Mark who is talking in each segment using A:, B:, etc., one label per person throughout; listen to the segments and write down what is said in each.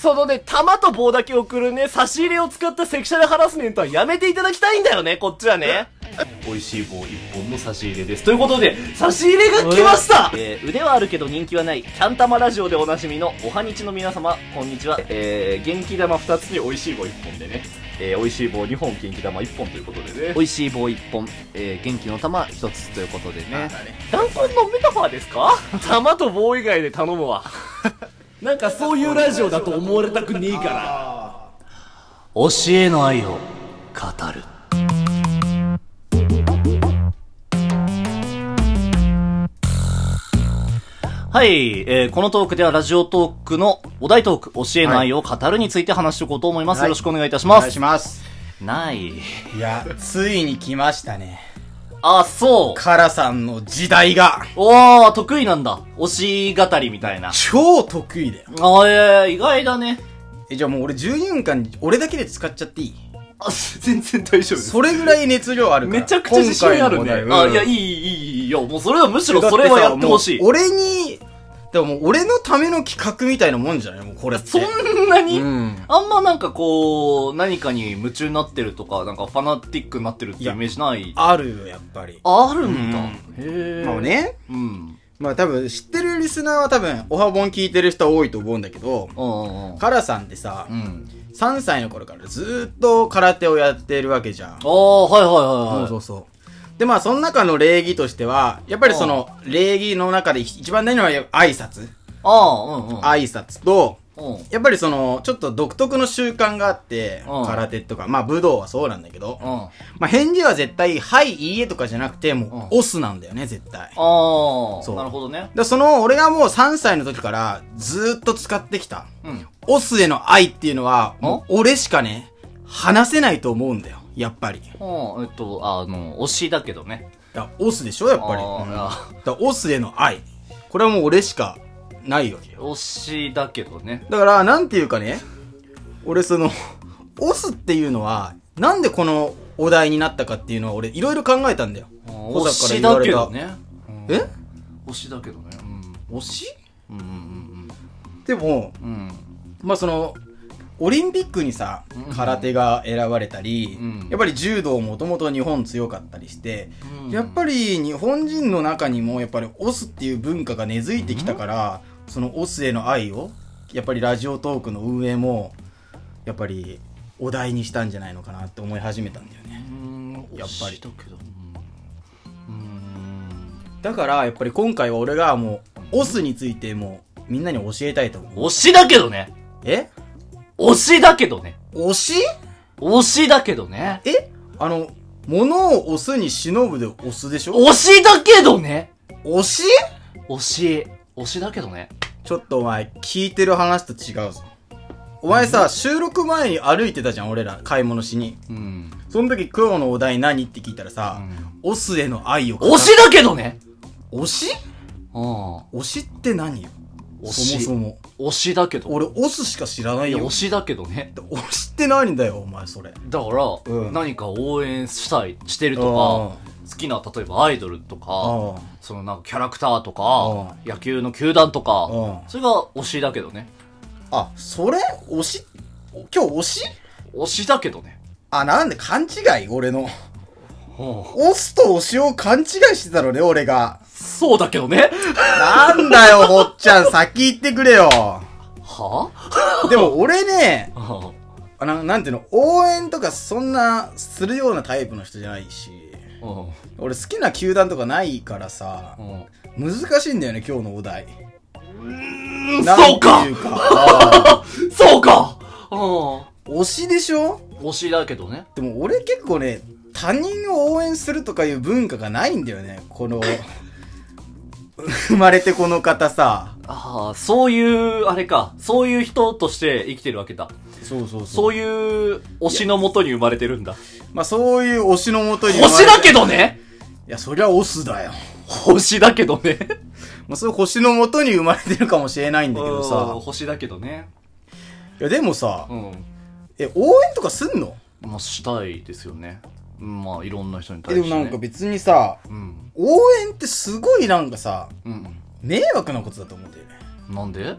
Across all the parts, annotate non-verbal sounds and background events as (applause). A: そのね、玉と棒だけ送るね、差し入れを使ったセクシャルハラスメントはやめていただきたいんだよね、こっちはね。美味しい棒1本の差し入れです。ということで、差し入れが来ました、えー腕はあるけど人気はない、キャンタマラジオでおなじみのおはにちの皆様、こんにちは。えー、元気玉2つに美味しい棒1本でね、えー、美味しい棒2本、元気玉1本ということでね。
B: 美味しい棒一本、えー、元気の玉一つということでね。
A: 弾痕のメタファーですか (laughs) 玉と棒以外で頼むわ。なんかそういうラジオだと思われたくねえから。
B: 教えの愛を語る。はい、えーこのトークではラジオトークのお題トーク、教えの愛を語るについて話していこうと思います。
C: はい
B: よろしくお願いいたします。
C: ます。
B: ない。
C: いや、ついに来ましたね。
B: あ、そう。
C: カラさんの時代が、
B: おー、得意なんだ。推し語りみたいな。
C: 超得意だよ。
B: あえー、意外だね。
C: え、じゃあもう俺12分間、俺だけで使っちゃっていい
A: あ、全然大丈夫です。
C: それぐらい熱量あるから。
A: めちゃくちゃ自信あるね。あ、いや、いい、
C: い、
A: いい、いいよ。もうそれはむしろそれはやってほしい
C: だ。ってさもう俺に、でももう俺のための企画みたいなもんじゃないもうこれって。
B: そんなに、
C: うん。
B: あんまなんかこう、何かに夢中になってるとか、なんかファナティックになってるっていうイメージない。あ
C: あるよ、やっぱり。
B: あるんだ。
C: うん
B: へえ。
C: まあ。ね。
B: うん。
C: まあ多分知ってるリスナーは多分、おはぼん聞いてる人は多いと思うんだけど、
B: うんうんうん。
C: カラさんってさ、
B: うん。
C: 3歳の頃からずーっと空手をやってるわけじゃん。
B: ああ、はいはいはい、はい。
C: そうそう。で、まあ、その中の礼儀としては、やっぱりその、礼儀の中で一番大事なのはやっぱ挨拶。
B: ああ、
C: 挨拶と、
B: うんうん。うん。
C: やっぱりその、ちょっと独特の習慣があって
B: うん、
C: 空手とか、まあ、武道はそうなんだけど、
B: うん。あ
C: まあ、返事は絶対、はい、いいえとかじゃなくて、も
B: う
C: う、オスなんだよね、絶対。
B: あ
C: そ
B: ー、
C: う
B: なるほどね。
C: で、その、俺がもう3歳の時から、ずーっと使ってきた、
B: うん。
C: オスへの愛っていうのは、もう俺しかね、話せないと思うんだよ、やっぱり。
B: うん、えっと、あの、推しだけどね。
C: だからオスでしょやっぱり。
B: あー
C: うん
B: い
C: だ
B: や
C: からオスへの愛。これはもう俺しかないわけよ。
B: 推しだけどね。
C: だから、なんていうかね、俺その、オスっていうのは、なんでこのお題になったかっていうのは俺いろいろ考えたんだよ。
B: 推
C: 小坂から
B: し
C: 言わ
B: だ
C: れ
B: け
C: た
B: ど。ね。
C: え
B: 推しだけどね。
C: 推し
B: うん。うんうん
C: でも、
B: うんうん。
C: まあその、オリンピックにさ、空手が選ばれたり、
B: うん
C: やっぱり柔道もともと日本強かったりして、
B: うん。
C: やっぱり日本人の中にもやっぱりオスっていう文化が根付いてきたから、そのオスへの愛をやっぱりラジオトークの運営もやっぱりお題にしたんじゃないのかなって思い始めたんだよね
B: や
C: や
B: っ
C: っ
B: ぱ
C: ぱ
B: り
C: り
B: だけどうん
C: だからやっぱり今回は俺がもうオスについてもうみんなに教えたいと思う
B: 推しだけどね
C: え
B: 推しだけどね
C: 推し
B: 推しだけどね
C: えあの物をオスに忍ぶでオスでしょ
B: 推しだけどね
C: 推し
B: 推し推しだけどね
C: ちょっとお前聞いてる話と違うぞお前さ収録前に歩いてたじゃん俺ら買い物しに
B: うん
C: その時、今日のお題何って聞いたらさ、オスへの愛を語る。
B: 推しだけどね
C: 推し
B: うん
C: 推しって何よ
B: 推し
C: そもそも。
B: 推しだけど
C: 俺、オスしか知らない
B: いや
C: よ。
B: 推
C: 推し
B: しだけどね
C: って何だよ、お前、そ
B: だ
C: れ。
B: から、
C: うん
B: 何か応援したいしてるとか好きな例えばアイドルとか
C: ああ。
B: そのなんかキャラクターとか
C: う
B: 野球の球団とか
C: うん
B: それが推しだけどね
C: あ、それ推し今日推し
B: 推しだけどね
C: あ、なんで勘違い俺の。
B: うん
C: オスと推しを勘違いしてたのね、俺が。
B: そうだけどね。
C: なんだよ、ほっちゃん、先行ってくれよ。
B: は
C: でも俺ね、
B: あ
C: あななんていうの、応援とかそんなするようなタイプの人じゃないし。
B: うん。
C: 俺好きな球団とかないからさ、
B: う
C: 難しいんだよね、今日のお題。
B: ん。
C: なんて
B: そ
C: いう
B: か
C: か
B: そうかう
C: 推しでしょ
B: ん。推しだけどね。
C: でも俺結構ね、他人を応援するとかいう文化がないんだよね、この、生まれてこの方さ。
B: ああ、そういう、あれか。そういう人として生きてるわけだ。
C: そうそうそう。
B: そういう推しのもとに生まれてるんだ。
C: まあそういう推しのもとに生
B: 推
C: まれて。
B: しだけど
C: (laughs)
B: ね
C: いや、そりゃオスだよ。
B: 推しだけどね。
C: まあそういう星のもとに生まれてるかもしれないんだけど
B: う
C: さ
B: ん。推しだけどね。
C: いや、でもさ、
B: うん。
C: え、応援とかすんの
B: まあ、したいですよね。うんまあ、いろんな人に対
C: え、
B: し
C: で
B: て、
C: も
B: ね。
C: なんか別にさ、
B: うん。
C: 応援ってすごいなんかさ、
B: うん。
C: 迷惑なことだと思うんだよね
B: なんで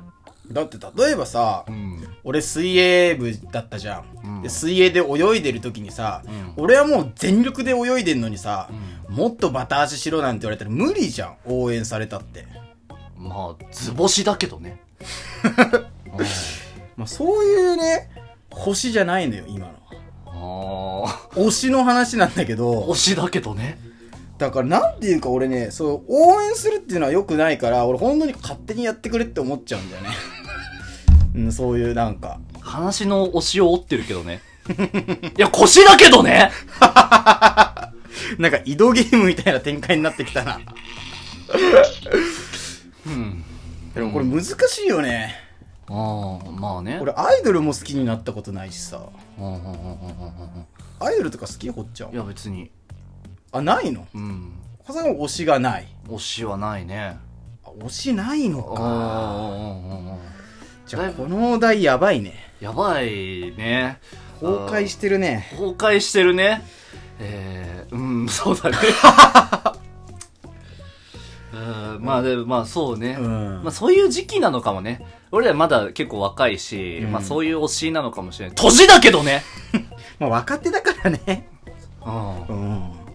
C: だって例えばさ
B: うん。
C: 俺水泳部だったじゃん、で水泳で泳いでる時にさ、俺はもう全力で泳いでんのにさ、もっとバタ足しろなんて言われたら無理じゃん応援されたって、
B: まあ、図星だけどね。
C: まあ、そういうね星じゃないのよ今の
B: ああ。
C: 推しの話なんだけど
B: 推しだけどね。
C: だからなんていうか俺ねそう応援するっていうのは良くないから俺本当に勝手にやってくれって思っちゃうんだよね、 (laughs) うん、そういうなんか
B: 話の推しを追ってるけど
C: (laughs)
B: ね。いや、腰だけどね
C: なんか移動ゲームみたいな展開になってき (laughs) たな。
B: うん。
C: でもこれ難しいよね。
B: ああ、まあね。
C: 俺アイドルも好きになったことないしさ。
B: うんうんうんうんうん
C: アイドルとか好きほっちゃ。
B: うん。いうや、別に。
C: あ、ないの
B: うん。
C: ほさんは推しがない。
B: 推しはないね。
C: あ推しないの
B: あ
C: か。
B: あ、うんうんうん。
C: じゃあこのお題やばいね。
B: やばいね。
C: 崩壊してるね。
B: 崩壊してるね。えー、うん、 (laughs) そうだね。うんまあでもまあそうね、
C: うん
B: まあそういう時期なのかもね俺らまだ結構若いし、
C: うん
B: まあそういう推しなのかもしれない年だけどね
C: まあ若手だからね。
B: うん
C: うん。 (laughs)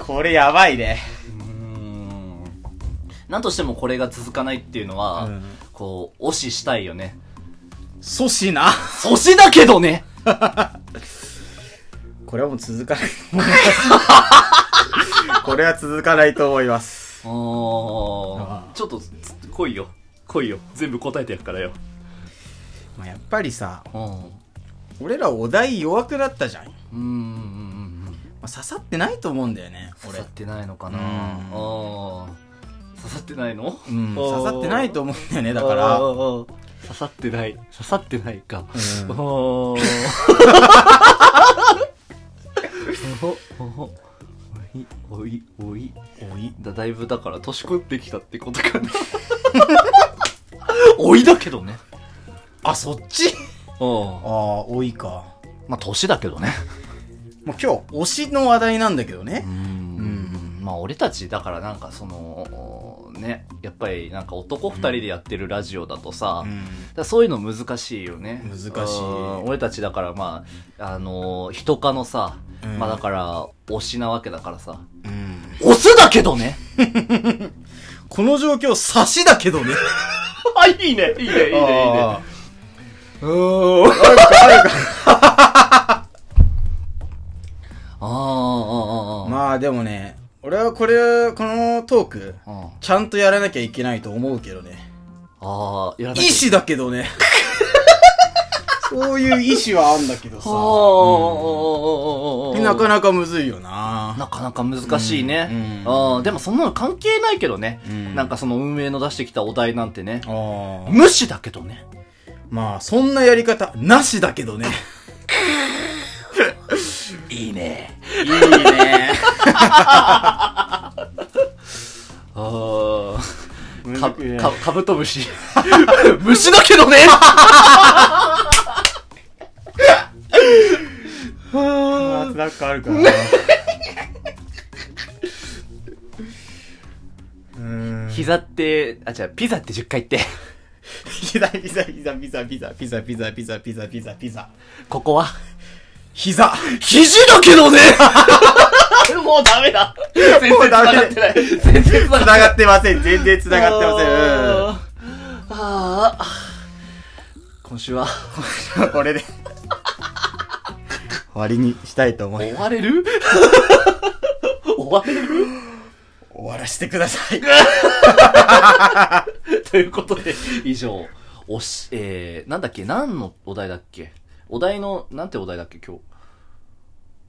C: これやばいね。
B: なんとしてもこれが続かないっていうのは、
C: うん
B: こう推ししたいよね
C: 粗品な。
B: 推しだけどね
C: これはもう続かないと思います。 (laughs) これは続かないと思います。
B: ああ
C: あー
B: ちょっとつ来いよ来いよ全部答えてやるからよ
C: まあ、やっぱりさ、
B: うんうん
C: 俺らお題弱くなったじゃん。ま
B: うんうんうん
C: あ、刺さってないと思うんだよね、
B: 刺
C: 俺
B: さっ。てないのかな
C: う
B: あ
C: ん
B: ー刺さってないの
C: うん、
B: あー
C: 刺さってないと思うんだよね、だから。
B: あー刺さってない刺さってないか、
C: うん
B: おおーおほおほおいおいおい
C: おい。
B: だだいぶだから年食ってきたってこと (laughs) かな老いだけどね
C: あ、そっち
B: う
C: あ
B: ん
C: あ、多いか。
B: まあ年だけどね
C: もう今日、推しの話題なんだけど
B: う
C: ね。
B: んまあ俺たちだからなんかそのねやっぱりなんか男二人でやってるラジオだとさ、
C: うん。
B: だからそういうの難しいよね。
C: 難しい
B: うん俺たちだからまあ、あのー、人化のさ、
C: うん
B: まあだから、推しなわけだからさ。
C: うん。
B: 推すだけどね
C: この状況、差しだけどね。
B: (laughs) あ、いいねいいねいいねいい
C: いいね。
B: うーん。ああー、あーあー、あ
C: まあでもね、俺はこれ、このトーク、
B: ーうん
C: ちゃんとやらなきゃいけないと思うけどね。
B: あー、やらなきゃ
C: 意志だけどね。 (laughs) そういう意志はあんだけど
B: あ
C: さ。
B: ー
C: なかなかむずいよな。
B: なかなか難しいね。
C: うん
B: あーでもそんなの関係ないけどね。
C: うん
B: なんかその運営の出してきたお題なんてね。
C: あー
B: 無視だけどね。
C: まあ、そんなやり方、なしだけどね。
B: いいね。
C: いいね。
B: ああ。か、
C: 難しいね
B: か、カブトムシ。 (laughs) 虫だけどね
C: なんかある (laughs) からな。
B: (laughs) 膝って、あ、違う、ピザって10回言って。
C: 膝、膝、膝、膝、膝、膝、膝、膝、膝、膝、膝。
B: ここは
C: 膝。
B: 肘だけどね (laughs) もうダメだ。全然
C: もう
B: 繋
C: ダメ
B: がってない。全然繋がって
C: 繋
B: ない。
C: がってません。全然繋がってませんうん。
B: せん。ああ。今週は、
C: (laughs) これで終わりにしたいと思
B: 終
C: います
B: われる (laughs) 終われる
C: 終わらせてください
B: ということで、以上、おし、えー、なんだっけ、何のお題だっけお題の、なんてお題だっけ、今日。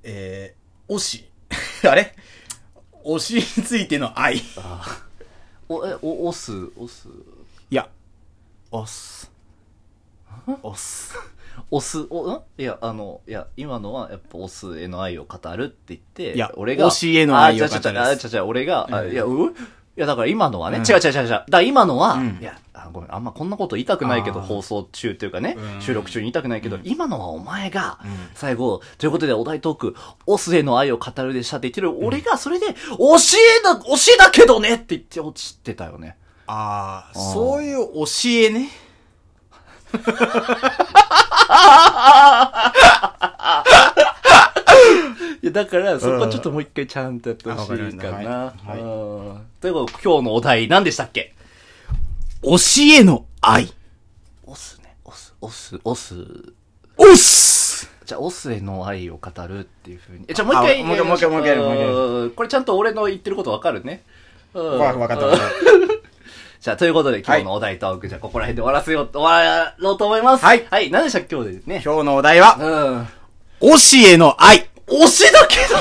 C: えー、推し (laughs) あれ推しについての愛い
B: お、え、お、押す、押す、
C: や
B: 押す。押す。押す、お、んいや、あの、いや、今のは、やっぱ、押すへの愛を語るって言って、
C: いや
B: 俺が、
C: 推しへの愛を語る
B: あ、ちゃちゃちゃ、あ、ちゃちゃ、俺が、あいや、ういや、だから今のはね、
C: うん
B: 違う違う違う違う。だから今のは、
C: うん
B: いやあ、ごめん、あんまこんなこと言いたくないけど、
C: あー
B: 放送中というかね、
C: うん
B: 収録中に言いたくないけど、今のはお前が、
C: うん
B: 最後、ということでお題トーク、オスへの愛を語るでしたって言ってる、俺がそれで、惜しいだ、惜しいだけどねって言って落ちてたよね。
C: あ
B: あ
C: あ、
B: ー
C: そういう教えね。
B: いや、だから、そこはちょっともう一回ちゃんとやってほしいかな。
C: わかりましたはい
B: うんということで、今日のお題、何でしたっけ
C: 教えの愛。
B: オスね。オス、オス、オス。
C: おっす
B: じゃあ、オスへの愛を語るっていうふうに。え、じゃあもう一
C: あ
B: 回。
C: もう一回もう一回もう一回やるもう一回やる
B: うんこれちゃんと俺の言ってることわかるね。うん
C: わ、わかった
B: う
C: わ
B: ん
C: かっ
B: じゃあ、ということで今日のお題トーク、じゃあここら辺で終わらせよう、終わろうと思います。
C: はい
B: はい、何でしたっけ今日でね
C: た。。今日のお題は、
B: うん。
C: 教えの愛。
B: 推しだけど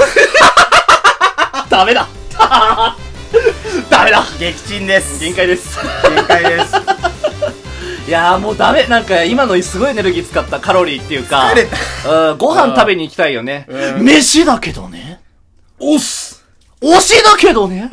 B: ダメだ (laughs) ダメだ
C: 激鎮です。
B: 限界です。
C: 限界です。
B: いやーもうダメなんか今のすごいエネルギー使ったカロリーっていうか。
C: 疲れた
B: うん、ご飯食べに行きたいよね。
C: うん
B: 飯だけどね。
C: おっす
B: 推しだけどね。